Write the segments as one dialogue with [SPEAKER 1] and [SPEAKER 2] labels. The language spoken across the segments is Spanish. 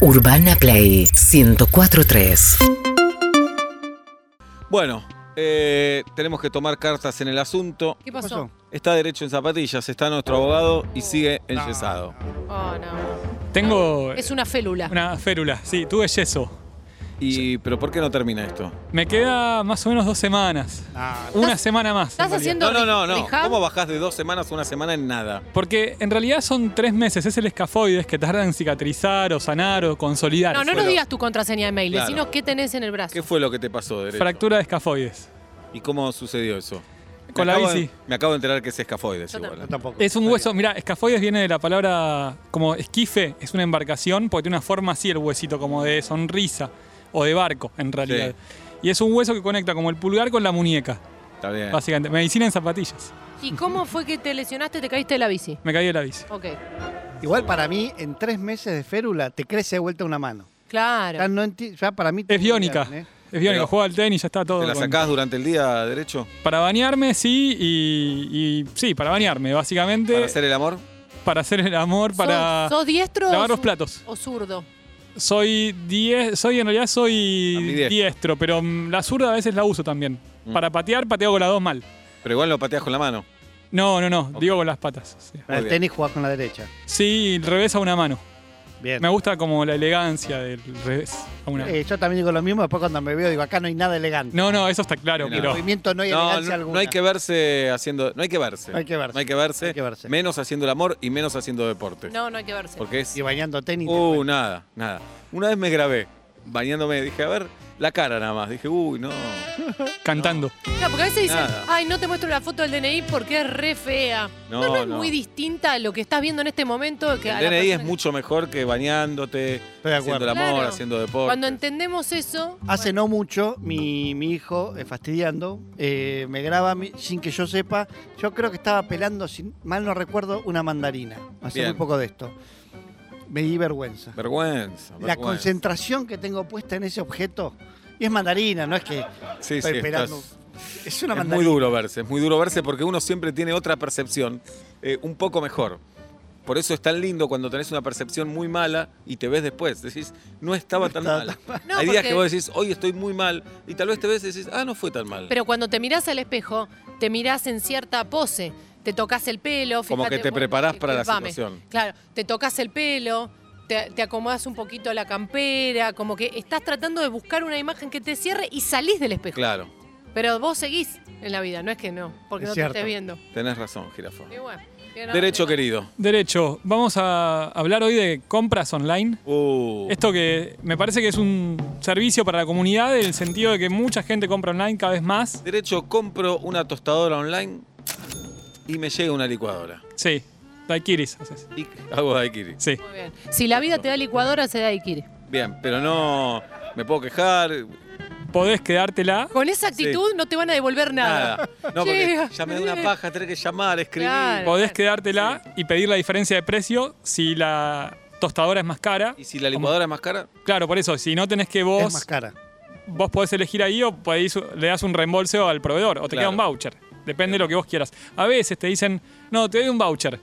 [SPEAKER 1] Urbana Play 1043.
[SPEAKER 2] Bueno, eh, tenemos que tomar cartas en el asunto.
[SPEAKER 3] ¿Qué pasó?
[SPEAKER 2] Está derecho en zapatillas, está nuestro abogado y sigue enyesado.
[SPEAKER 3] Oh, no.
[SPEAKER 4] Tengo
[SPEAKER 3] Es una félula.
[SPEAKER 4] una férula, sí, tuve yeso.
[SPEAKER 2] Y, pero ¿por qué no termina esto?
[SPEAKER 4] Me queda más o menos dos semanas. Una semana más.
[SPEAKER 3] ¿Estás haciendo
[SPEAKER 2] No, no, no, no.
[SPEAKER 3] rehab?
[SPEAKER 2] ¿Cómo bajás de dos semanas a una semana en nada?
[SPEAKER 4] Porque en realidad son tres meses, es el escafoides que tarda en cicatrizar o sanar o consolidar.
[SPEAKER 3] No, no nos
[SPEAKER 2] Bueno.
[SPEAKER 3] digas tu contraseña de mail,
[SPEAKER 2] Claro.
[SPEAKER 3] sino qué tenés en el brazo.
[SPEAKER 2] ¿Qué fue lo que te pasó, derecho?
[SPEAKER 4] Fractura de escafoides.
[SPEAKER 2] ¿Y cómo sucedió eso? Me
[SPEAKER 4] Con la
[SPEAKER 2] acabo de-
[SPEAKER 4] bici.
[SPEAKER 2] me acabo de enterar que es escafoides
[SPEAKER 3] Yo
[SPEAKER 2] igual.
[SPEAKER 3] también.
[SPEAKER 2] ¿eh?
[SPEAKER 4] Es un hueso, mira, escafoides viene de la palabra como esquife, es una embarcación, porque tiene una forma así el huesito, como de sonrisa o de barco en realidad. Y es un hueso que conecta como el pulgar con la muñeca,
[SPEAKER 2] Está bien.
[SPEAKER 4] básicamente. Medicina en zapatillas.
[SPEAKER 3] ¿Y cómo fue que te lesionaste, te caíste de la bici?
[SPEAKER 4] Me caí de la bici.
[SPEAKER 3] Ok,
[SPEAKER 5] Igual para mí, en tres meses de férula, te crece de vuelta una mano. Ya,
[SPEAKER 3] claro.
[SPEAKER 5] no enti- ya para mí... te
[SPEAKER 4] Es biónica.
[SPEAKER 5] olvidaron, ¿eh?
[SPEAKER 4] Es biónica,
[SPEAKER 2] Pero-
[SPEAKER 4] juega al tenis, ya está todo.
[SPEAKER 2] ¿Te la
[SPEAKER 4] con-
[SPEAKER 2] sacás durante el día, derecho?
[SPEAKER 4] Para bañarme, sí, y, y- sí, para bañarme, básicamente.
[SPEAKER 2] ¿Para hacer el amor?
[SPEAKER 4] para hacer el amor, para
[SPEAKER 3] ¿Sos, sos diestro o
[SPEAKER 4] lavar los
[SPEAKER 3] zur-
[SPEAKER 4] platos.
[SPEAKER 3] o zurdo?
[SPEAKER 4] Soy die- soy en realidad soy
[SPEAKER 2] Ambidiestro.
[SPEAKER 4] diestro, pero mm, la zurda a veces la uso también.
[SPEAKER 2] Mm.
[SPEAKER 4] Para patear, pateo con las dos mal.
[SPEAKER 2] Pero igual lo pateás con la mano.
[SPEAKER 4] No, no, no, digo con las patas. Sí,
[SPEAKER 5] Para el
[SPEAKER 2] bien.
[SPEAKER 5] tenis jugás con la derecha.
[SPEAKER 4] Sí, el revés a una mano.
[SPEAKER 5] Bien.
[SPEAKER 4] Me gusta como la elegancia del revés a una
[SPEAKER 5] Eh, yo también digo lo mismo, después cuando me veo digo, acá no hay nada elegante.
[SPEAKER 4] No, no, eso está claro,
[SPEAKER 2] No.
[SPEAKER 5] En el
[SPEAKER 4] pero
[SPEAKER 5] movimiento no hay
[SPEAKER 2] No,
[SPEAKER 5] elegancia
[SPEAKER 2] no,
[SPEAKER 5] alguna.
[SPEAKER 2] no hay que verse haciendo. No hay que verse.
[SPEAKER 5] No hay que verse.
[SPEAKER 2] No hay que verse.
[SPEAKER 5] No hay que verse.
[SPEAKER 2] Menos haciendo el amor y menos haciendo deporte.
[SPEAKER 3] No, no hay que verse.
[SPEAKER 2] Porque es
[SPEAKER 5] Y bañando tenis.
[SPEAKER 2] Uh, nada, nada. Una vez me grabé bañándome, dije, a ver, la cara nada más. Dije, uy, no.
[SPEAKER 4] cantando.
[SPEAKER 3] Claro, porque a veces dicen,
[SPEAKER 2] Nada.
[SPEAKER 3] ay, no te muestro la foto del DNI porque es re fea.
[SPEAKER 2] No,
[SPEAKER 3] No, no, es
[SPEAKER 2] no.
[SPEAKER 3] muy distinta a lo que estás viendo en este momento. Que a
[SPEAKER 2] El
[SPEAKER 3] la
[SPEAKER 2] DNI es
[SPEAKER 3] persona-
[SPEAKER 2] mucho mejor que bañándote,
[SPEAKER 5] de
[SPEAKER 2] haciendo el
[SPEAKER 5] acuerdo.
[SPEAKER 2] amor,
[SPEAKER 3] Claro.
[SPEAKER 2] haciendo deporte.
[SPEAKER 3] Cuando entendemos eso.
[SPEAKER 5] Hace no mucho, mi, mi hijo, eh, fastidiando, eh, me graba mi- sin que yo sepa. Yo creo que estaba pelando, sin, mal no recuerdo, una mandarina. Hace
[SPEAKER 2] Bien.
[SPEAKER 5] muy poco de esto. Me di vergüenza.
[SPEAKER 2] Vergüenza,
[SPEAKER 5] La
[SPEAKER 2] vergüenza.
[SPEAKER 5] concentración que tengo puesta en ese objeto. Y es mandarina, no es que
[SPEAKER 2] Sí, sí,
[SPEAKER 5] estoy pelando.
[SPEAKER 2] estás-
[SPEAKER 5] Es una
[SPEAKER 2] es
[SPEAKER 5] mandarina.
[SPEAKER 2] muy duro verse, es muy duro verse porque uno siempre tiene otra percepción eh, un poco mejor. Por eso es tan lindo cuando tenés una percepción muy mala y te ves después. Decís, no estaba tan
[SPEAKER 5] estaba
[SPEAKER 2] mal.
[SPEAKER 3] No,
[SPEAKER 2] Hay días
[SPEAKER 3] porque-
[SPEAKER 2] que vos decís, hoy estoy muy mal, y tal vez te ves y decís, ah, no fue tan mal.
[SPEAKER 3] Pero cuando te mirás al espejo, te mirás en cierta pose. Te tocas el pelo.
[SPEAKER 2] Como
[SPEAKER 3] fíjate,
[SPEAKER 2] que te
[SPEAKER 3] bueno,
[SPEAKER 2] preparás para la
[SPEAKER 3] disculpame.
[SPEAKER 2] situación.
[SPEAKER 3] Claro, te tocas el pelo, te, te acomodás un poquito la campera, como que estás tratando de buscar una imagen que te cierre y salís del espejo.
[SPEAKER 2] Claro,
[SPEAKER 3] Pero vos seguís en la vida, no es que no, porque
[SPEAKER 5] Es
[SPEAKER 3] no
[SPEAKER 5] cierto.
[SPEAKER 3] te estés viendo.
[SPEAKER 2] tenés razón, jirafa.
[SPEAKER 3] Y bueno, que no-
[SPEAKER 2] Derecho
[SPEAKER 3] que no.
[SPEAKER 2] querido.
[SPEAKER 4] Derecho, vamos a hablar hoy de compras online.
[SPEAKER 2] Uh,
[SPEAKER 4] Esto que me parece que es un servicio para la comunidad en el sentido de que mucha gente compra online cada vez más.
[SPEAKER 2] Derecho, compro una tostadora online y me llega una licuadora.
[SPEAKER 4] Sí, daiquiris haces.
[SPEAKER 2] Y hago daiquiri.
[SPEAKER 4] Sí.
[SPEAKER 3] Muy bien. Si la vida te da licuadora, se da daiquiri.
[SPEAKER 2] Bien, pero no me puedo quejar.
[SPEAKER 4] Podés quedártela.
[SPEAKER 3] Con esa actitud no te van a devolver nada.
[SPEAKER 2] Nada. No, porque
[SPEAKER 3] Llega.
[SPEAKER 2] ya me da una paja tener que llamar, escribir.
[SPEAKER 3] Claro.
[SPEAKER 4] Podés quedártela y pedir la diferencia de precio si la tostadora es más cara.
[SPEAKER 2] Y si la licuadora es más cara,
[SPEAKER 4] Claro, por eso, si no tenés que
[SPEAKER 5] Es
[SPEAKER 4] vos,
[SPEAKER 5] más cara.
[SPEAKER 4] vos podés elegir ahí o podés- le das un reembolso al proveedor o te
[SPEAKER 2] Claro.
[SPEAKER 4] queda un voucher. Depende de lo que vos quieras. A veces te dicen, no, te doy un voucher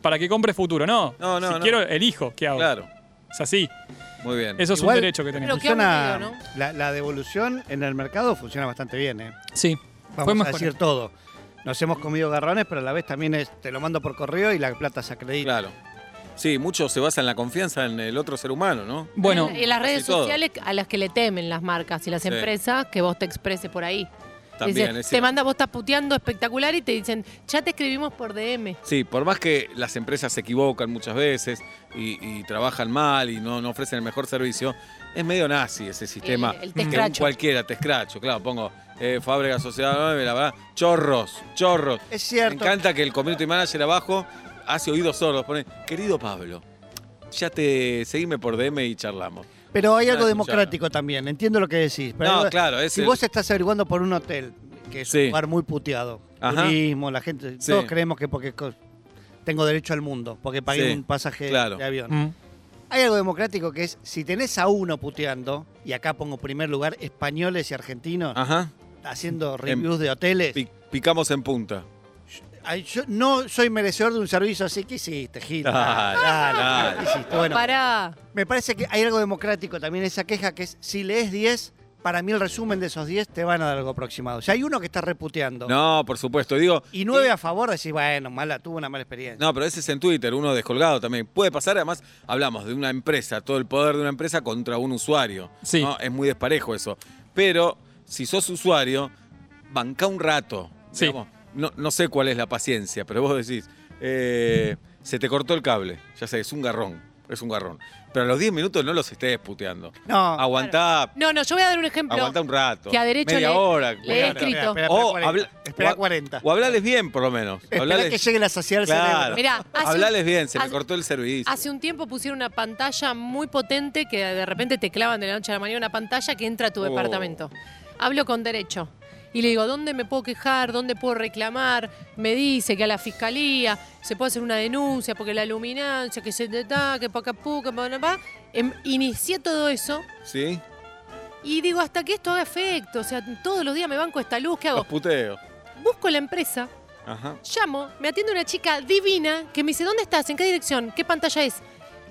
[SPEAKER 4] para que compres futuro. No,
[SPEAKER 2] No, no,
[SPEAKER 4] si
[SPEAKER 2] no.
[SPEAKER 4] quiero, elijo qué hago.
[SPEAKER 2] claro.
[SPEAKER 4] Es así.
[SPEAKER 2] Muy bien.
[SPEAKER 4] Eso es
[SPEAKER 5] Igual-
[SPEAKER 4] un derecho que tenemos.
[SPEAKER 3] Pero qué
[SPEAKER 5] Funciona-
[SPEAKER 3] aburrido,
[SPEAKER 5] la, la devolución en el mercado funciona bastante bien, ¿eh?
[SPEAKER 4] Sí. Fue
[SPEAKER 5] Vamos
[SPEAKER 4] más
[SPEAKER 5] a decir todo. Nos hemos comido garrones, pero a la vez también es, te lo mando por correo y la plata se acredita.
[SPEAKER 2] Claro. Sí, mucho se basa en la confianza en el otro ser humano, ¿no?
[SPEAKER 4] Bueno,
[SPEAKER 3] En las redes
[SPEAKER 2] todo.
[SPEAKER 3] sociales a las que le temen las marcas y las
[SPEAKER 2] Sí.
[SPEAKER 3] empresas, que vos te expreses por ahí.
[SPEAKER 2] También,
[SPEAKER 3] Dicen,
[SPEAKER 2] es
[SPEAKER 3] te
[SPEAKER 2] cierto.
[SPEAKER 3] manda, vos estás puteando espectacular y te dicen, ya te escribimos por DM.
[SPEAKER 2] Sí, por más que las empresas se equivocan muchas veces y, y trabajan mal y no, no ofrecen el mejor servicio, es medio nazi ese sistema.
[SPEAKER 3] El- el te
[SPEAKER 2] que un
[SPEAKER 3] escracho.
[SPEAKER 2] cualquiera, te escracho, claro, pongo eh, Fábrica Sociedad Anónima, la verdad, chorros, chorros.
[SPEAKER 5] Es
[SPEAKER 2] Me
[SPEAKER 5] cierto.
[SPEAKER 2] encanta que el community manager abajo hace oídos sordos, pone, querido Pablo, ya te seguime por DM y charlamos.
[SPEAKER 5] Pero hay algo
[SPEAKER 2] Ah,
[SPEAKER 5] democrático también, entiendo lo que decís. Pero
[SPEAKER 2] No,
[SPEAKER 5] algo-
[SPEAKER 2] claro, es
[SPEAKER 5] si
[SPEAKER 2] el-
[SPEAKER 5] vos estás averiguando por un hotel, que es
[SPEAKER 2] Sí.
[SPEAKER 5] un lugar muy puteado,
[SPEAKER 2] Ajá.
[SPEAKER 5] turismo, la gente,
[SPEAKER 2] Sí.
[SPEAKER 5] todos creemos que porque co- tengo derecho al mundo, porque pagué
[SPEAKER 2] Sí,
[SPEAKER 5] un pasaje
[SPEAKER 2] claro.
[SPEAKER 5] de avión.
[SPEAKER 4] Mm.
[SPEAKER 5] Hay algo democrático que es, si tenés a uno puteando, y acá pongo primer lugar
[SPEAKER 2] Ah.
[SPEAKER 5] españoles y argentinos,
[SPEAKER 2] Ajá, Em,
[SPEAKER 5] haciendo reviews de hoteles,
[SPEAKER 2] pi- picamos en punta.
[SPEAKER 5] Ay, yo no soy merecedor de un servicio así que hiciste, Gil.
[SPEAKER 2] Dale,
[SPEAKER 5] Dale,
[SPEAKER 2] dale.
[SPEAKER 5] ¿qué hiciste? Bueno,
[SPEAKER 3] Pará.
[SPEAKER 5] me parece que hay algo democrático también, esa queja que es, si lees 10, para mí el resumen de esos 10 te van a dar algo aproximado. O sea, hay uno que está reputeando.
[SPEAKER 2] No, por supuesto. Digo,
[SPEAKER 5] Y 9 a favor, decís, bueno, mala, tuvo una mala experiencia.
[SPEAKER 2] No, pero ese es en Twitter, uno descolgado también. Puede pasar, además, hablamos de una empresa, todo el poder de una empresa contra un usuario.
[SPEAKER 4] Sí.
[SPEAKER 2] ¿no? Es muy desparejo eso. Pero si sos usuario, banca un rato.
[SPEAKER 4] Sí.
[SPEAKER 2] digamos. No, no sé cuál es la paciencia, pero vos decís, eh, se te cortó el cable. Ya sé, es un garrón. Es un garrón. Pero a los 10 minutos no los estés puteando.
[SPEAKER 5] No,
[SPEAKER 2] Aguantá,
[SPEAKER 3] No, no, yo voy a dar un ejemplo.
[SPEAKER 2] aguantá un rato.
[SPEAKER 3] que a derecho
[SPEAKER 2] media
[SPEAKER 3] le-
[SPEAKER 2] hora.
[SPEAKER 3] le he
[SPEAKER 2] cuarenta.
[SPEAKER 5] Espera,
[SPEAKER 3] escrito.
[SPEAKER 5] espera, espera,
[SPEAKER 2] O
[SPEAKER 5] cuarenta.
[SPEAKER 2] habla-
[SPEAKER 5] Espera
[SPEAKER 2] o-
[SPEAKER 5] 40.
[SPEAKER 2] O hablales bien, por lo menos.
[SPEAKER 5] Espera
[SPEAKER 2] Hablales-
[SPEAKER 5] que llegue la saciedad del
[SPEAKER 2] Claro.
[SPEAKER 5] cerebro.
[SPEAKER 3] Mirá, hace un-
[SPEAKER 2] Hablales bien, se me
[SPEAKER 3] hace-
[SPEAKER 2] cortó el servicio.
[SPEAKER 3] Hace un tiempo pusieron una pantalla muy potente que de repente te clavan de la noche a la mañana una pantalla que entra a tu
[SPEAKER 2] Oh.
[SPEAKER 3] departamento. Hablo con derecho. Y le digo, ¿dónde me puedo quejar? ¿Dónde puedo reclamar? Me dice que a la fiscalía se puede hacer una denuncia porque la luminancia, que se te da, que poca puca, bla, bla, bla. Em, Inicié todo eso
[SPEAKER 2] ¿Sí?
[SPEAKER 3] y digo, hasta que esto haga efecto. O sea, todos los días me banco esta luz, ¿qué
[SPEAKER 2] Los
[SPEAKER 3] hago?
[SPEAKER 2] puteos.
[SPEAKER 3] Busco la empresa,
[SPEAKER 2] Ajá.
[SPEAKER 3] Llamo, me atiende una chica divina que me dice, ¿dónde estás? ¿En qué dirección? ¿Qué pantalla es?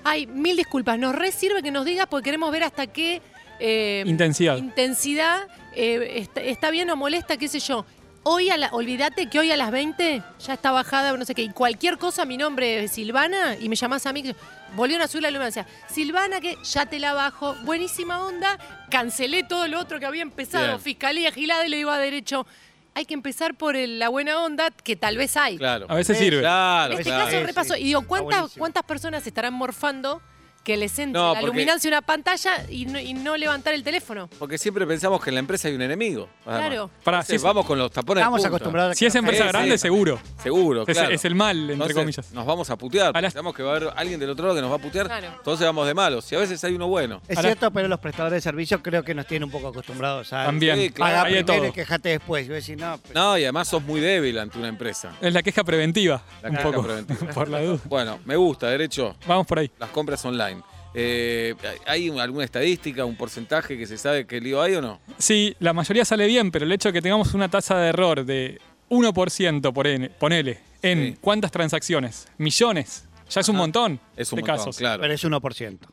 [SPEAKER 3] Ay, mil disculpas, nos re sirve que nos digas porque queremos ver hasta qué eh,
[SPEAKER 4] Intensidad.
[SPEAKER 3] intensidad eh, está, está bien o molesta, qué sé yo. Hoy a la, olvídate que hoy a las 20 ya está bajada o no sé qué. Y cualquier cosa, mi nombre es Silvana y me llamás a mí. que- Volvieron a subir la luminancia. Silvana, que ya te la bajo. Buenísima onda. Cancelé todo lo otro que había empezado.
[SPEAKER 2] Bien.
[SPEAKER 3] Fiscalía, gilada y le digo a derecho. Hay que empezar por el- la buena onda que tal vez hay.
[SPEAKER 2] Claro.
[SPEAKER 4] A veces
[SPEAKER 5] Sí.
[SPEAKER 4] sirve.
[SPEAKER 2] Claro,
[SPEAKER 3] En este
[SPEAKER 2] claro.
[SPEAKER 3] caso
[SPEAKER 5] Sí,
[SPEAKER 3] repaso.
[SPEAKER 5] sí.
[SPEAKER 3] Y digo,
[SPEAKER 5] Está
[SPEAKER 3] ¿cuántas,
[SPEAKER 5] buenísimo.
[SPEAKER 3] ¿cuántas personas estarán morfando que les entre
[SPEAKER 2] No,
[SPEAKER 3] la
[SPEAKER 2] porque-
[SPEAKER 3] luminancia una pantalla y no, y no levantar el teléfono?
[SPEAKER 2] Porque siempre pensamos que en la empresa hay un enemigo. además.
[SPEAKER 3] Claro.
[SPEAKER 4] Pará,
[SPEAKER 2] Entonces,
[SPEAKER 4] sí, sí.
[SPEAKER 2] vamos con los tapones. de
[SPEAKER 5] Estamos
[SPEAKER 2] punta.
[SPEAKER 5] acostumbrados a
[SPEAKER 4] Si es empresa
[SPEAKER 2] Sí, sí.
[SPEAKER 4] grande, seguro.
[SPEAKER 2] Seguro,
[SPEAKER 4] Es-
[SPEAKER 2] claro.
[SPEAKER 4] Es, el mal, entre
[SPEAKER 2] Entonces,
[SPEAKER 4] comillas.
[SPEAKER 2] Nos vamos a putear.
[SPEAKER 4] A las-
[SPEAKER 2] Pensamos que va a haber alguien del otro lado que nos va a putear.
[SPEAKER 3] Claro.
[SPEAKER 2] Entonces vamos de malos. Y a veces hay uno bueno.
[SPEAKER 5] Es
[SPEAKER 4] Ahora-
[SPEAKER 5] cierto, pero los prestadores de servicios creo que nos tienen un poco acostumbrados a
[SPEAKER 4] También.
[SPEAKER 2] ah, Sí, claro.
[SPEAKER 5] pagar
[SPEAKER 4] Hay de
[SPEAKER 5] primero
[SPEAKER 4] todo.
[SPEAKER 5] y quejate después. Yo decir, no, pero-
[SPEAKER 2] No, y además sos muy débil ante una empresa.
[SPEAKER 4] Es la queja preventiva.
[SPEAKER 2] La
[SPEAKER 4] un
[SPEAKER 2] queja
[SPEAKER 4] poco.
[SPEAKER 2] preventiva.
[SPEAKER 4] Por la duda.
[SPEAKER 2] Bueno, me gusta, derecho.
[SPEAKER 4] Vamos por ahí.
[SPEAKER 2] Las compras online. Eh, ¿Hay alguna estadística, un porcentaje que se sabe que lío hay o no?
[SPEAKER 4] Sí, la mayoría sale bien, pero el hecho de que tengamos una tasa de error de 1%, por en- ponele, en
[SPEAKER 2] Sí.
[SPEAKER 4] cuántas transacciones, millones, ya es un
[SPEAKER 2] Ajá.
[SPEAKER 4] montón
[SPEAKER 2] Es un
[SPEAKER 4] de
[SPEAKER 2] montón,
[SPEAKER 4] casos.
[SPEAKER 2] claro.
[SPEAKER 5] pero es 1%.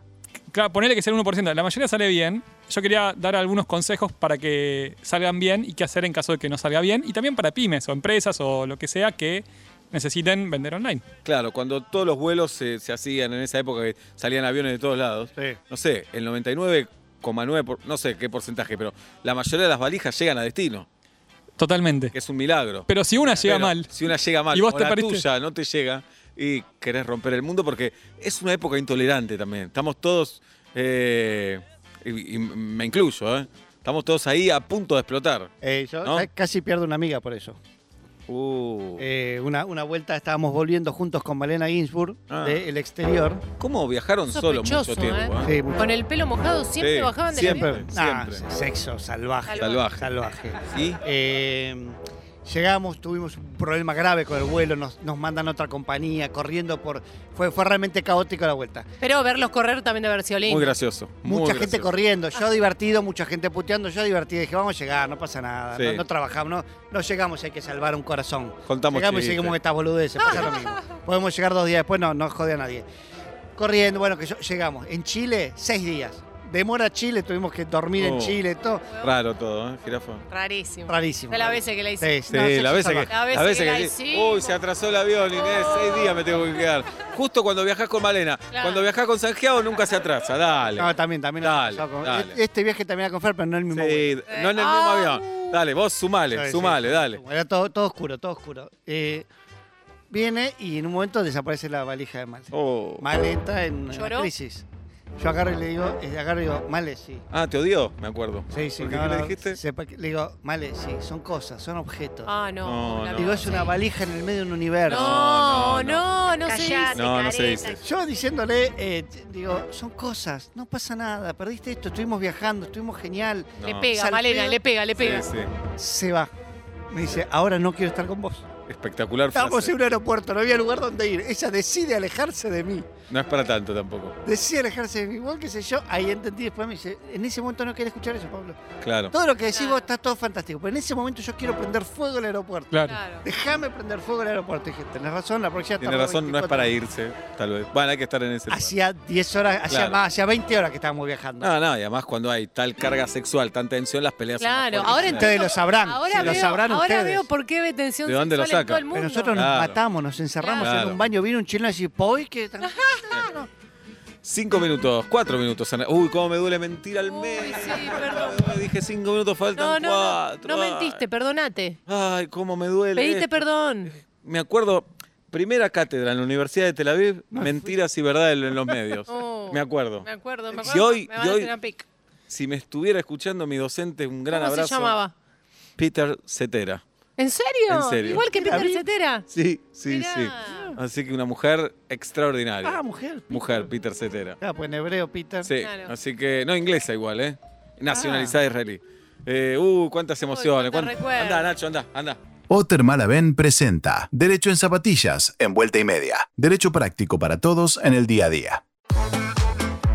[SPEAKER 4] Claro, ponele que sea el 1%. La mayoría sale bien. Yo quería dar algunos consejos para que salgan bien y qué hacer en caso de que no salga bien. Y también para pymes o empresas o lo que sea que necesiten vender online.
[SPEAKER 2] Claro, cuando todos los vuelos se, se hacían en esa época que salían aviones de todos lados,
[SPEAKER 5] Sí.
[SPEAKER 2] no sé, el 99,9%, por- no sé qué porcentaje, pero la mayoría de las valijas llegan a destino,
[SPEAKER 4] Totalmente.
[SPEAKER 2] que es un milagro.
[SPEAKER 4] Pero si una llega
[SPEAKER 2] Pero
[SPEAKER 4] mal,
[SPEAKER 2] Si una llega mal,
[SPEAKER 4] Y vos
[SPEAKER 2] o
[SPEAKER 4] te
[SPEAKER 2] la
[SPEAKER 4] pariste.
[SPEAKER 2] tuya no te llega y querés romper el mundo porque es una época intolerante también. Estamos todos, eh, y, y me incluyo, ¿eh? estamos todos ahí a punto de explotar.
[SPEAKER 5] Eh, yo
[SPEAKER 2] ¿No?
[SPEAKER 5] ¿sabes? casi pierdo una amiga por eso.
[SPEAKER 2] Uh.
[SPEAKER 5] Eh, una, una vuelta estábamos volviendo juntos con Malena Ginsburg
[SPEAKER 2] Ah.
[SPEAKER 5] del exterior.
[SPEAKER 2] ¿Cómo viajaron solo mucho
[SPEAKER 3] Sospechoso,
[SPEAKER 2] tiempo?
[SPEAKER 3] ¿eh?
[SPEAKER 2] eh?
[SPEAKER 5] Sí, mucho.
[SPEAKER 3] Con el pelo mojado siempre
[SPEAKER 2] Sí,
[SPEAKER 3] bajaban de
[SPEAKER 2] siempre.
[SPEAKER 3] la
[SPEAKER 5] Ah,
[SPEAKER 2] siempre.
[SPEAKER 5] sexo salvaje.
[SPEAKER 2] Salvaje.
[SPEAKER 5] Salvaje.
[SPEAKER 2] ¿Y?
[SPEAKER 5] Eh, llegamos, tuvimos un problema grave con el vuelo, nos, nos mandan a otra compañía corriendo por. Fue, fue realmente caótico la vuelta.
[SPEAKER 3] Pero verlos correr también debe haber sido lindo.
[SPEAKER 2] Muy gracioso. muy
[SPEAKER 5] Mucha gente
[SPEAKER 2] gracioso.
[SPEAKER 5] corriendo, yo divertido, mucha gente puteando, yo divertido. Dije, vamos a llegar, no pasa nada,
[SPEAKER 2] Sí.
[SPEAKER 5] no, no trabajamos, no, no llegamos, hay que salvar un corazón.
[SPEAKER 2] Contamos
[SPEAKER 5] llegamos y
[SPEAKER 2] chistes.
[SPEAKER 5] seguimos con estas boludeces, pasa lo mismo. Podemos llegar dos días después, no, no jode a nadie. Corriendo, bueno, que yo- llegamos. En Chile, seis días. Demora Chile, tuvimos que dormir en
[SPEAKER 2] Oh.
[SPEAKER 5] Chile, todo.
[SPEAKER 2] Raro todo, ¿eh? Jirafa.
[SPEAKER 3] Rarísimo.
[SPEAKER 5] Rarísimo.
[SPEAKER 3] De las veces que la hice.
[SPEAKER 5] Sí,
[SPEAKER 2] Sí,
[SPEAKER 5] no, sexo
[SPEAKER 2] la vez que,
[SPEAKER 5] salvaje.
[SPEAKER 3] La vez
[SPEAKER 2] la vez
[SPEAKER 3] que la
[SPEAKER 2] que-
[SPEAKER 3] hicimos. Oh.
[SPEAKER 2] Uy, se atrasó el avión, Inés. Seis días me tengo que quedar. Justo cuando viajás con Malena.
[SPEAKER 3] Claro.
[SPEAKER 2] Cuando viajás con Sanjeado nunca se atrasa. Dale.
[SPEAKER 5] No, Ah, también, también. nos
[SPEAKER 2] Dale,
[SPEAKER 5] pasó con-
[SPEAKER 2] dale.
[SPEAKER 5] e- Este viaje también era con Fer, pero no el mismo. vuelo.
[SPEAKER 2] Sí, no en el mismo
[SPEAKER 3] Ah.
[SPEAKER 2] avión. Dale, vos sumale,
[SPEAKER 5] Sí,
[SPEAKER 2] sumale,
[SPEAKER 5] sí, sí.
[SPEAKER 2] dale.
[SPEAKER 5] Era todo, todo oscuro, todo oscuro. Eh, viene y en un momento desaparece la valija de Mal.
[SPEAKER 2] Oh.
[SPEAKER 5] Mal entra en una
[SPEAKER 3] ¿Lloró?
[SPEAKER 5] crisis. Yo agarro y le digo, eh, agarro y digo, Male, sí.
[SPEAKER 2] Ah, te odió, me acuerdo.
[SPEAKER 5] Sí, sí,
[SPEAKER 2] ¿Por qué
[SPEAKER 5] no,
[SPEAKER 2] ¿Qué le
[SPEAKER 5] no,
[SPEAKER 2] dijiste?
[SPEAKER 5] sepa que- le digo, Male, sí, son cosas, son objetos.
[SPEAKER 3] Ah, no.
[SPEAKER 2] No,
[SPEAKER 3] la
[SPEAKER 2] no.
[SPEAKER 5] digo,
[SPEAKER 3] verdad,
[SPEAKER 5] es una
[SPEAKER 3] sí.
[SPEAKER 5] valija en el medio de un universo.
[SPEAKER 3] No,
[SPEAKER 2] No,
[SPEAKER 3] no, no, se dice.
[SPEAKER 6] Callate,
[SPEAKER 2] No, no se
[SPEAKER 6] careta.
[SPEAKER 2] dice.
[SPEAKER 5] Yo diciéndole, eh, digo, son cosas, no pasa nada, perdiste esto, estuvimos viajando, estuvimos genial.
[SPEAKER 2] No.
[SPEAKER 3] Le pega,
[SPEAKER 5] Saltea.
[SPEAKER 3] Malena, le pega, le
[SPEAKER 2] Sí,
[SPEAKER 3] pega.
[SPEAKER 2] sí.
[SPEAKER 5] Se va. Me dice, ahora no quiero estar con vos.
[SPEAKER 2] Espectacular
[SPEAKER 5] Estábamos
[SPEAKER 2] frase.
[SPEAKER 5] en un aeropuerto, no había lugar donde ir. Ella decide alejarse de mí.
[SPEAKER 2] No es para tanto tampoco.
[SPEAKER 5] Decide alejarse de mí. Igual qué sé yo, ahí entendí. Después me dice, en ese momento no quería escuchar eso, Pablo.
[SPEAKER 2] Claro.
[SPEAKER 5] Todo lo que decís vos está todo fantástico. Pero en ese momento yo quiero prender fuego al aeropuerto.
[SPEAKER 4] Claro.
[SPEAKER 3] Claro.
[SPEAKER 5] Déjame prender fuego al aeropuerto. Dije, tenés razón, la próxima
[SPEAKER 2] Tiene razón, no es para irse, tal vez. Bueno, hay que estar en ese lugar.
[SPEAKER 5] Hacía 10 horas, hacía
[SPEAKER 2] Claro. Ah,
[SPEAKER 5] más, hacía 20 horas que estábamos viajando.
[SPEAKER 2] No, no, y además cuando hay tal carga sexual, tanta tensión, las peleas son más
[SPEAKER 3] Claro,
[SPEAKER 2] fuertes.
[SPEAKER 3] ahora
[SPEAKER 5] Ustedes lo sabrán,
[SPEAKER 3] Ahora,
[SPEAKER 5] se lo
[SPEAKER 3] veo,
[SPEAKER 5] sabrán
[SPEAKER 3] ahora
[SPEAKER 5] ustedes.
[SPEAKER 3] veo por qué ve tensión
[SPEAKER 2] ¿De dónde lo
[SPEAKER 3] sexual en
[SPEAKER 2] saca?
[SPEAKER 3] todo el mundo.
[SPEAKER 5] Pero nosotros
[SPEAKER 2] Claro.
[SPEAKER 5] nos matamos, nos encerramos en
[SPEAKER 2] Claro.
[SPEAKER 5] un baño. Vino un chino así, ¿poy? que
[SPEAKER 2] Cinco minutos, cuatro minutos. Ana. Uy, cómo me duele mentir al
[SPEAKER 3] Uy,
[SPEAKER 2] mes.
[SPEAKER 3] sí, perdón.
[SPEAKER 2] Dije cinco minutos,
[SPEAKER 3] No,
[SPEAKER 2] faltan
[SPEAKER 3] no, no,
[SPEAKER 2] cuatro.
[SPEAKER 3] no
[SPEAKER 2] Ay.
[SPEAKER 3] mentiste, perdonate.
[SPEAKER 2] Ay, cómo me duele.
[SPEAKER 3] Pediste
[SPEAKER 2] esto.
[SPEAKER 3] perdón.
[SPEAKER 2] Me acuerdo, primera cátedra en la Universidad de Tel Aviv, mentiras y verdad en los medios.
[SPEAKER 3] Oh.
[SPEAKER 2] me acuerdo.
[SPEAKER 3] Me acuerdo, me
[SPEAKER 2] Y
[SPEAKER 3] acuerdo.
[SPEAKER 2] hoy-
[SPEAKER 3] me van
[SPEAKER 2] y
[SPEAKER 3] a
[SPEAKER 2] hoy-
[SPEAKER 3] tirar un pic.
[SPEAKER 2] Si me estuviera escuchando mi docente, un gran
[SPEAKER 3] ¿Cómo
[SPEAKER 2] abrazo.
[SPEAKER 3] se llamaba?
[SPEAKER 2] Peter Cetera.
[SPEAKER 3] ¿En serio?
[SPEAKER 2] En serio.
[SPEAKER 3] Igual que Peter
[SPEAKER 5] Mirá.
[SPEAKER 3] Cetera.
[SPEAKER 2] Sí, sí,
[SPEAKER 3] Mirá.
[SPEAKER 2] sí. Así que una mujer extraordinaria.
[SPEAKER 5] Ah, mujer.
[SPEAKER 2] mujer, Peter Cetera.
[SPEAKER 5] Ah, pues en hebreo, Peter.
[SPEAKER 2] Sí,
[SPEAKER 3] Claro. Ah.
[SPEAKER 2] así que, no, inglesa igual, ¿eh? Nacionalizada israelí. Eh, uh, cuántas emociones.
[SPEAKER 3] cuántos
[SPEAKER 2] cuán-
[SPEAKER 3] recuerdos.
[SPEAKER 2] Andá, Nacho, andá, andá.
[SPEAKER 6] Otter Malavén presenta Derecho en zapatillas, en vuelta y media. Derecho práctico para todos en el día a día.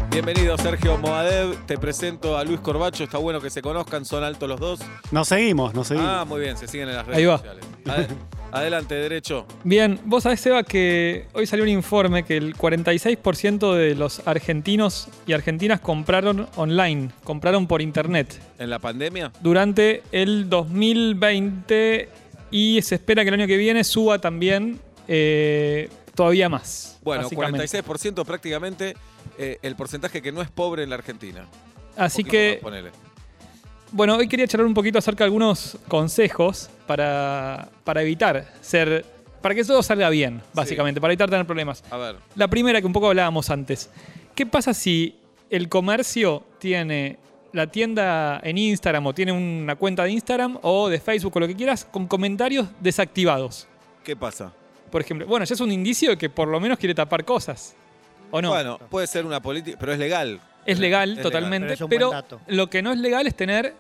[SPEAKER 2] Bienvenido, Sergio Moadev. Te presento a Luis Corbacho. Está bueno que se conozcan, son altos los dos.
[SPEAKER 7] Nos seguimos, nos seguimos.
[SPEAKER 2] Ah, muy bien, se siguen en las redes
[SPEAKER 4] Ahí va.
[SPEAKER 2] sociales. Ade- adelante, derecho.
[SPEAKER 4] Bien, vos sabés, Seba, que hoy salió un informe que el 46% de los argentinos y argentinas compraron online, compraron por internet
[SPEAKER 2] En la pandemia,
[SPEAKER 4] durante el 2020 y se espera que el año que viene suba también eh, todavía más.
[SPEAKER 2] bueno,
[SPEAKER 4] básicamente.
[SPEAKER 2] 46% prácticamente eh, el porcentaje que no es pobre en la Argentina.
[SPEAKER 4] Así
[SPEAKER 2] Poquito
[SPEAKER 4] que...
[SPEAKER 2] más, ponele.
[SPEAKER 4] Bueno, hoy quería charlar un poquito acerca de algunos consejos para, para evitar ser. para que todo salga bien, básicamente, para evitar tener problemas.
[SPEAKER 2] A ver,
[SPEAKER 4] La primera que un poco hablábamos antes. ¿Qué pasa si el comercio tiene la tienda en Instagram o tiene una cuenta de Instagram o de Facebook o lo que quieras con comentarios desactivados?
[SPEAKER 2] ¿qué pasa?
[SPEAKER 4] Por ejemplo, bueno, ya es un indicio de que por lo menos quiere tapar cosas. ¿O no?
[SPEAKER 2] Bueno, puede ser una política, pero es legal.
[SPEAKER 4] Es legal,
[SPEAKER 2] Es
[SPEAKER 4] totalmente,
[SPEAKER 5] Pero es un buen
[SPEAKER 4] pero,
[SPEAKER 5] dato.
[SPEAKER 4] lo que no es legal es tener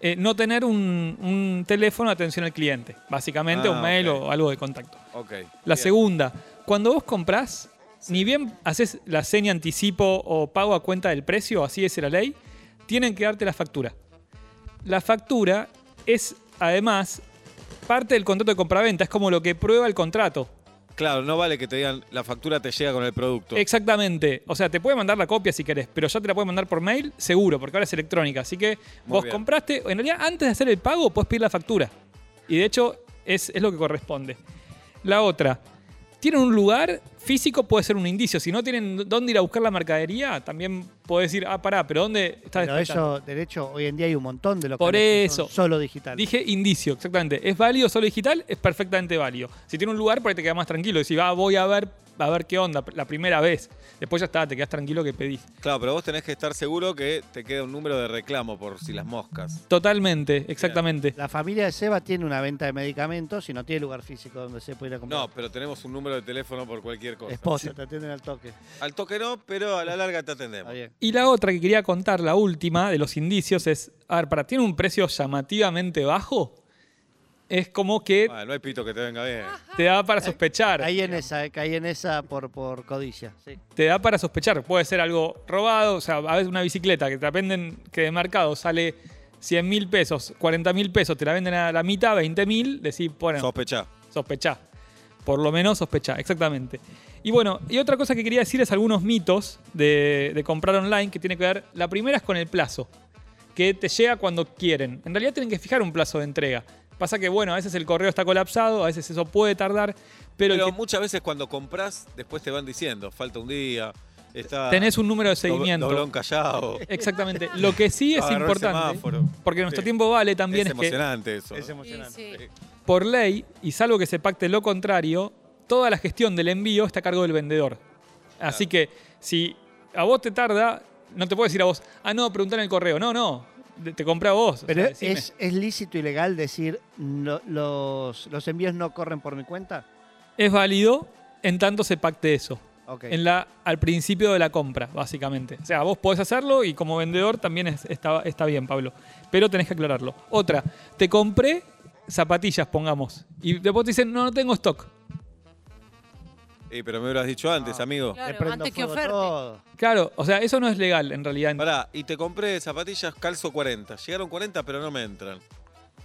[SPEAKER 4] eh, no tener un, un teléfono de atención al cliente, básicamente
[SPEAKER 2] Ah,
[SPEAKER 4] un mail
[SPEAKER 2] ok.
[SPEAKER 4] o algo de contacto.
[SPEAKER 2] Ok.
[SPEAKER 4] La
[SPEAKER 2] bien.
[SPEAKER 4] segunda, cuando vos comprás, ni bien haces la seña anticipo o pago a cuenta del precio, así es la ley, tienen que darte la factura. La factura es además parte del contrato de compraventa, es como lo que prueba el contrato.
[SPEAKER 2] Claro, no vale que te digan la factura te llega con el producto.
[SPEAKER 4] Exactamente. O sea, te puede mandar la copia si querés, pero ya te la puede mandar por mail, seguro, porque ahora es electrónica. Así que
[SPEAKER 2] Muy
[SPEAKER 4] vos
[SPEAKER 2] bien.
[SPEAKER 4] compraste, en realidad antes de hacer el pago, podés pedir la factura. Y de hecho, es, es lo que corresponde. La otra, tienen un lugar físico, puede ser un indicio. Si no tienen dónde ir a buscar la mercadería, también podés decir, ah, pará, pero ¿dónde está
[SPEAKER 5] Pero eso, derecho, hoy en día hay un montón de locales
[SPEAKER 4] Por
[SPEAKER 5] que son
[SPEAKER 4] eso.
[SPEAKER 5] solo digital.
[SPEAKER 4] Dije indicio, exactamente. ¿Es válido solo digital? Es perfectamente válido. Si tiene un lugar, para ahí te quedas más tranquilo. Decís, va, voy a ver, a ver qué onda, la primera vez. Después ya está, te quedas tranquilo que pedís.
[SPEAKER 2] Claro, pero vos tenés que estar seguro que te queda un número de reclamo por si las moscas.
[SPEAKER 4] Totalmente, exactamente.
[SPEAKER 5] La familia de Seba tiene una venta de medicamentos y no tiene lugar físico donde se pudiera comprar.
[SPEAKER 2] No, pero tenemos un número de teléfono por cualquier cosa.
[SPEAKER 5] Esposa, te atienden al toque.
[SPEAKER 2] Al toque no, pero a la larga te
[SPEAKER 5] Está
[SPEAKER 2] atendemos.
[SPEAKER 5] bien.
[SPEAKER 4] Y la otra que quería contar, la última de los indicios, es, a ver, para, ¿tiene un precio llamativamente bajo? Es como que
[SPEAKER 2] Ah, no hay pito que te venga bien.
[SPEAKER 4] te da para sospechar.
[SPEAKER 5] Caí en esa, eh, caí en esa por, por codicia. Sí.
[SPEAKER 4] Te da para sospechar. Puede ser algo robado, o sea, a veces una bicicleta que te la venden, que de mercado sale 100 mil pesos, 40 mil pesos, te la venden a la mitad, 20 mil, decís, bueno,
[SPEAKER 2] Sospechá.
[SPEAKER 4] sospechá. Por lo menos sospechá, exactamente. Y bueno, y otra cosa que quería decir es algunos mitos de, de comprar online que tiene que ver. La primera es con el plazo, que te llega cuando quieren. En realidad tienen que fijar un plazo de entrega. Pasa que, bueno, a veces el correo está colapsado, a veces eso puede tardar, pero,
[SPEAKER 2] Pero,
[SPEAKER 4] el que
[SPEAKER 2] muchas veces cuando compras, después te van diciendo, falta un día, está
[SPEAKER 4] tenés un número de
[SPEAKER 2] dob-
[SPEAKER 4] seguimiento.
[SPEAKER 2] doblón callado.
[SPEAKER 4] Exactamente. Lo que sí es
[SPEAKER 2] Agarró el
[SPEAKER 4] importante,
[SPEAKER 2] semáforo.
[SPEAKER 4] porque nuestro
[SPEAKER 2] Sí.
[SPEAKER 4] tiempo vale también,
[SPEAKER 2] es
[SPEAKER 4] es que
[SPEAKER 2] emocionante eso. ¿no?
[SPEAKER 5] Es emocionante.
[SPEAKER 3] Sí, sí.
[SPEAKER 4] por ley, y salvo que se pacte lo contrario, toda la gestión del envío está a cargo del vendedor. Así que si a vos te tarda, no te puedo decir a vos, ah, no, preguntar en el correo. No, no, de- te compré a vos. O
[SPEAKER 5] Pero
[SPEAKER 4] sea, decime.
[SPEAKER 5] es, es lícito y legal decir "No, los, los envíos no corren por mi cuenta.
[SPEAKER 4] Es válido en tanto se pacte eso.
[SPEAKER 5] Ok.
[SPEAKER 4] En la, al principio de la compra, básicamente. O sea, vos podés hacerlo y como vendedor también es- está, está bien, Pablo. Pero tenés que aclararlo. Otra, te compré zapatillas, pongamos. Y después te dicen, no, no tengo stock.
[SPEAKER 2] Eh, pero me hubieras dicho antes,
[SPEAKER 4] Ah.
[SPEAKER 2] amigo.
[SPEAKER 3] Claro,
[SPEAKER 5] Le prendo
[SPEAKER 3] antes que
[SPEAKER 5] fuego
[SPEAKER 3] oferte.
[SPEAKER 5] todo.
[SPEAKER 4] Claro, o sea, eso no es legal en realidad.
[SPEAKER 2] Pará, y te compré zapatillas calzo 40. Llegaron 40, pero no me entran.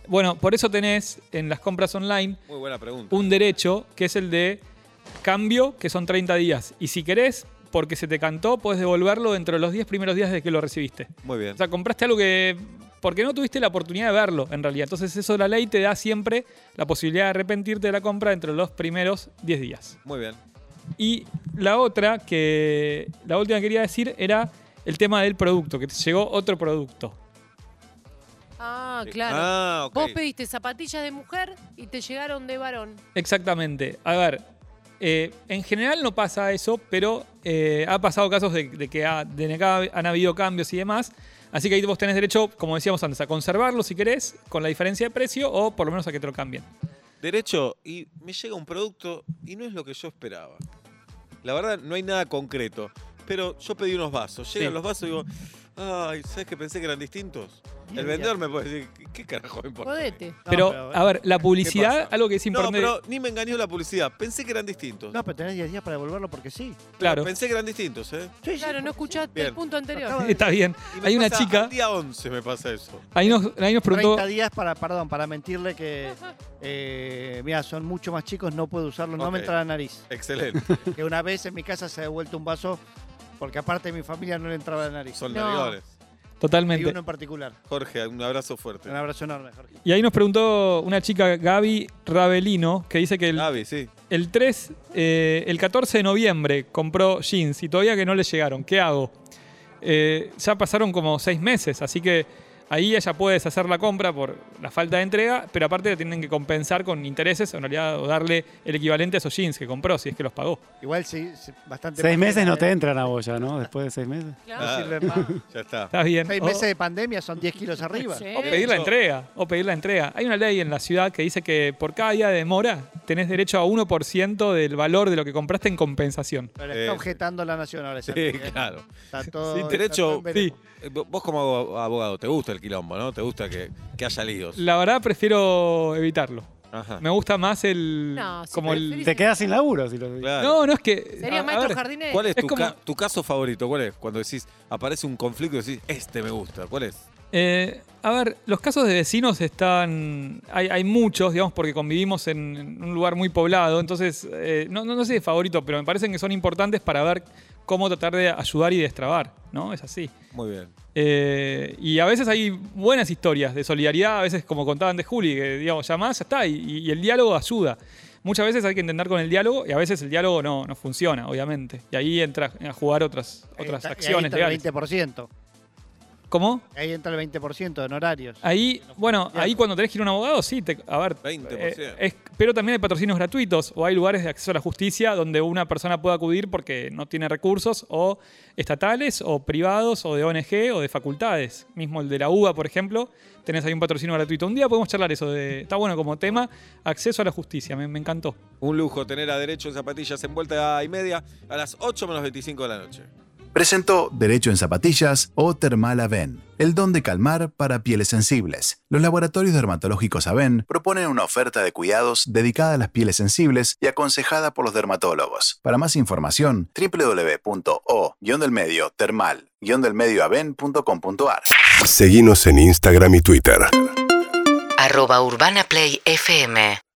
[SPEAKER 4] Bueno, por eso tenés en las compras online
[SPEAKER 2] Muy buena pregunta.
[SPEAKER 4] un derecho que es el de cambio, que son 30 días. Y si querés, porque se te cantó, puedes devolverlo dentro de los 10 primeros días desde que lo recibiste.
[SPEAKER 2] Muy bien.
[SPEAKER 4] O sea, compraste algo que. Porque no tuviste la oportunidad de verlo, en realidad. Entonces, eso la ley te da siempre la posibilidad de arrepentirte de la compra dentro de los primeros 10 días.
[SPEAKER 2] Muy bien.
[SPEAKER 4] Y la otra que. La última que quería decir era el tema del producto, que te llegó otro producto.
[SPEAKER 3] Ah, claro.
[SPEAKER 2] Ah, ok.
[SPEAKER 3] Vos pediste zapatillas de mujer y te llegaron de varón.
[SPEAKER 4] Exactamente. A ver, eh, en general no pasa eso, pero eh, ha pasado casos de, de que ha, de que ha- han habido cambios y demás. Así que ahí vos tenés derecho, como decíamos antes, a conservarlo si querés, con la diferencia de precio o por lo menos a que te lo cambien.
[SPEAKER 2] Derecho, y me llega un producto y no es lo que yo esperaba. La verdad, no hay nada concreto. Pero yo pedí unos vasos. Llegan
[SPEAKER 4] Sí.
[SPEAKER 2] los vasos y digo, ay, ¿sabes que pensé que eran distintos? El
[SPEAKER 5] Bien.
[SPEAKER 2] vendedor me puede decir, "¿Qué- ¿qué carajo me importa?
[SPEAKER 3] Jodete.
[SPEAKER 5] No,
[SPEAKER 4] pero,
[SPEAKER 5] pero-
[SPEAKER 4] a ver, la
[SPEAKER 2] eh, ¿Qué
[SPEAKER 4] publicidad,
[SPEAKER 2] pasa?
[SPEAKER 4] algo que es
[SPEAKER 2] No,
[SPEAKER 4] importante.
[SPEAKER 2] pero ni me engañó la publicidad. Pensé que eran distintos.
[SPEAKER 5] No, pero tenés 10 días para devolverlo porque sí.
[SPEAKER 4] claro,
[SPEAKER 2] Pensé que eran distintos, ¿eh?
[SPEAKER 5] Sí, sí,
[SPEAKER 3] Claro, no escuchaste el
[SPEAKER 2] Bien.
[SPEAKER 3] punto anterior.
[SPEAKER 5] Acaba-
[SPEAKER 4] está bien.
[SPEAKER 2] Y me
[SPEAKER 4] Hay una
[SPEAKER 2] pasa
[SPEAKER 4] chica,
[SPEAKER 2] al día 11 me pasa eso.
[SPEAKER 4] ahí nos, ahí nos preguntó.
[SPEAKER 5] 30 días para, perdón, para mentirle que, eh, mira, son mucho más chicos, no puedo usarlos, no me
[SPEAKER 2] Ok.
[SPEAKER 5] entra la nariz.
[SPEAKER 2] Excelente.
[SPEAKER 5] Que una vez en mi casa se ha devuelto un vaso porque aparte mi familia no le entraba la nariz.
[SPEAKER 2] Son
[SPEAKER 3] No.
[SPEAKER 2] narigones.
[SPEAKER 5] Y
[SPEAKER 4] Totalmente.
[SPEAKER 5] uno en particular.
[SPEAKER 2] Jorge, un abrazo fuerte.
[SPEAKER 5] Un abrazo enorme, Jorge.
[SPEAKER 4] Y ahí nos preguntó una chica, Gaby Ravelino, que dice que el,
[SPEAKER 2] Gaby, sí.
[SPEAKER 4] El 3, eh, el 14 de noviembre compró jeans y todavía que no le llegaron. ¿Qué hago? Eh, ya pasaron como seis meses, así que ahí ella puede deshacer la compra por la falta de entrega, pero aparte le tienen que compensar con intereses, o en realidad o darle el equivalente a esos jeans que compró, si es que los pagó.
[SPEAKER 5] Igual sí, sí, bastante.
[SPEAKER 7] Seis
[SPEAKER 5] más-
[SPEAKER 7] meses no te entran a vos ya, ¿no? Después de seis meses.
[SPEAKER 3] Claro.
[SPEAKER 2] sirve
[SPEAKER 5] más.
[SPEAKER 2] Ya está.
[SPEAKER 4] ¿Estás bien?
[SPEAKER 2] Oh.
[SPEAKER 5] Seis
[SPEAKER 4] O-
[SPEAKER 5] meses de pandemia son 10 kilos arriba.
[SPEAKER 3] Sí.
[SPEAKER 4] O pedir la entrega, o pedir la entrega. Hay una ley en la ciudad que dice que por cada día de demora tenés derecho a 1% del valor de lo que compraste en compensación.
[SPEAKER 5] Pero está
[SPEAKER 2] Eh,
[SPEAKER 5] objetando la nación ahora.
[SPEAKER 2] Sí,
[SPEAKER 5] Santi, ¿eh?
[SPEAKER 2] claro.
[SPEAKER 5] Está todo,
[SPEAKER 2] Sin
[SPEAKER 5] está todo
[SPEAKER 2] derecho,
[SPEAKER 5] en veremos.
[SPEAKER 4] Sí.
[SPEAKER 2] eh, vo- vos como abogado, ¿te gusta el quilombo, no? ¿Te gusta que, que haya líos?
[SPEAKER 4] La verdad prefiero evitarlo.
[SPEAKER 2] Ajá.
[SPEAKER 4] Me gusta más el.
[SPEAKER 3] No, sí,
[SPEAKER 4] como el.
[SPEAKER 3] preferís-
[SPEAKER 7] Te quedas sin laburo si lo
[SPEAKER 2] Claro.
[SPEAKER 4] No, no es que. a-
[SPEAKER 3] Sería
[SPEAKER 4] a
[SPEAKER 3] maestro
[SPEAKER 4] ver,
[SPEAKER 3] jardinero.
[SPEAKER 2] ¿Cuál es,
[SPEAKER 4] Es
[SPEAKER 2] tu,
[SPEAKER 4] como-
[SPEAKER 2] ca- tu caso favorito? ¿Cuál es? Cuando decís, aparece un conflicto y decís, este me gusta. ¿Cuál es?
[SPEAKER 4] eh, a ver, los casos de vecinos están. Hay, hay muchos, digamos, porque convivimos en, en un lugar muy poblado. Entonces, eh, no, no, no sé de favorito, pero me parecen que son importantes para ver cómo tratar de ayudar y destrabar, ¿no? Es así.
[SPEAKER 2] Muy bien.
[SPEAKER 4] Eh, y a veces hay buenas historias de solidaridad, a veces como contaban de Juli, que digamos, llamás, ya está, y, y el diálogo ayuda. Muchas veces hay que intentar con el diálogo y a veces el diálogo no, no funciona, obviamente. Y ahí entra a jugar otras,
[SPEAKER 5] Eh, Ahí
[SPEAKER 4] otras
[SPEAKER 5] está-
[SPEAKER 4] acciones legales.
[SPEAKER 5] Ahí entra el 20%.
[SPEAKER 4] ¿Cómo?
[SPEAKER 5] Ahí entra el 20% en horarios.
[SPEAKER 4] Ahí, bueno,
[SPEAKER 5] Claro.
[SPEAKER 4] ahí cuando tenés que ir a un abogado, sí, te- a ver.
[SPEAKER 2] 20%.
[SPEAKER 4] eh, es- pero también hay patrocinios gratuitos o hay lugares de acceso a la justicia donde una persona puede acudir porque no tiene recursos o estatales o privados o de ONG o de facultades. Mismo el de la UBA, por ejemplo, tenés ahí un patrocinio gratuito. Un día podemos charlar eso de, está bueno como tema, acceso a la justicia, me, me encantó.
[SPEAKER 2] Un lujo tener a derecho en zapatillas en vuelta y media a las 8 menos 25 de la noche.
[SPEAKER 6] Presentó Derecho en Zapatillas o Termal Aven, el don de calmar para pieles sensibles. Los laboratorios dermatológicos Aven proponen una oferta de cuidados dedicada a las pieles sensibles y aconsejada por los dermatólogos. Para más información, www.o-termal-aven.com.ar.
[SPEAKER 8] Seguinos en Instagram y Twitter.
[SPEAKER 1] Arroba Urbana Play FM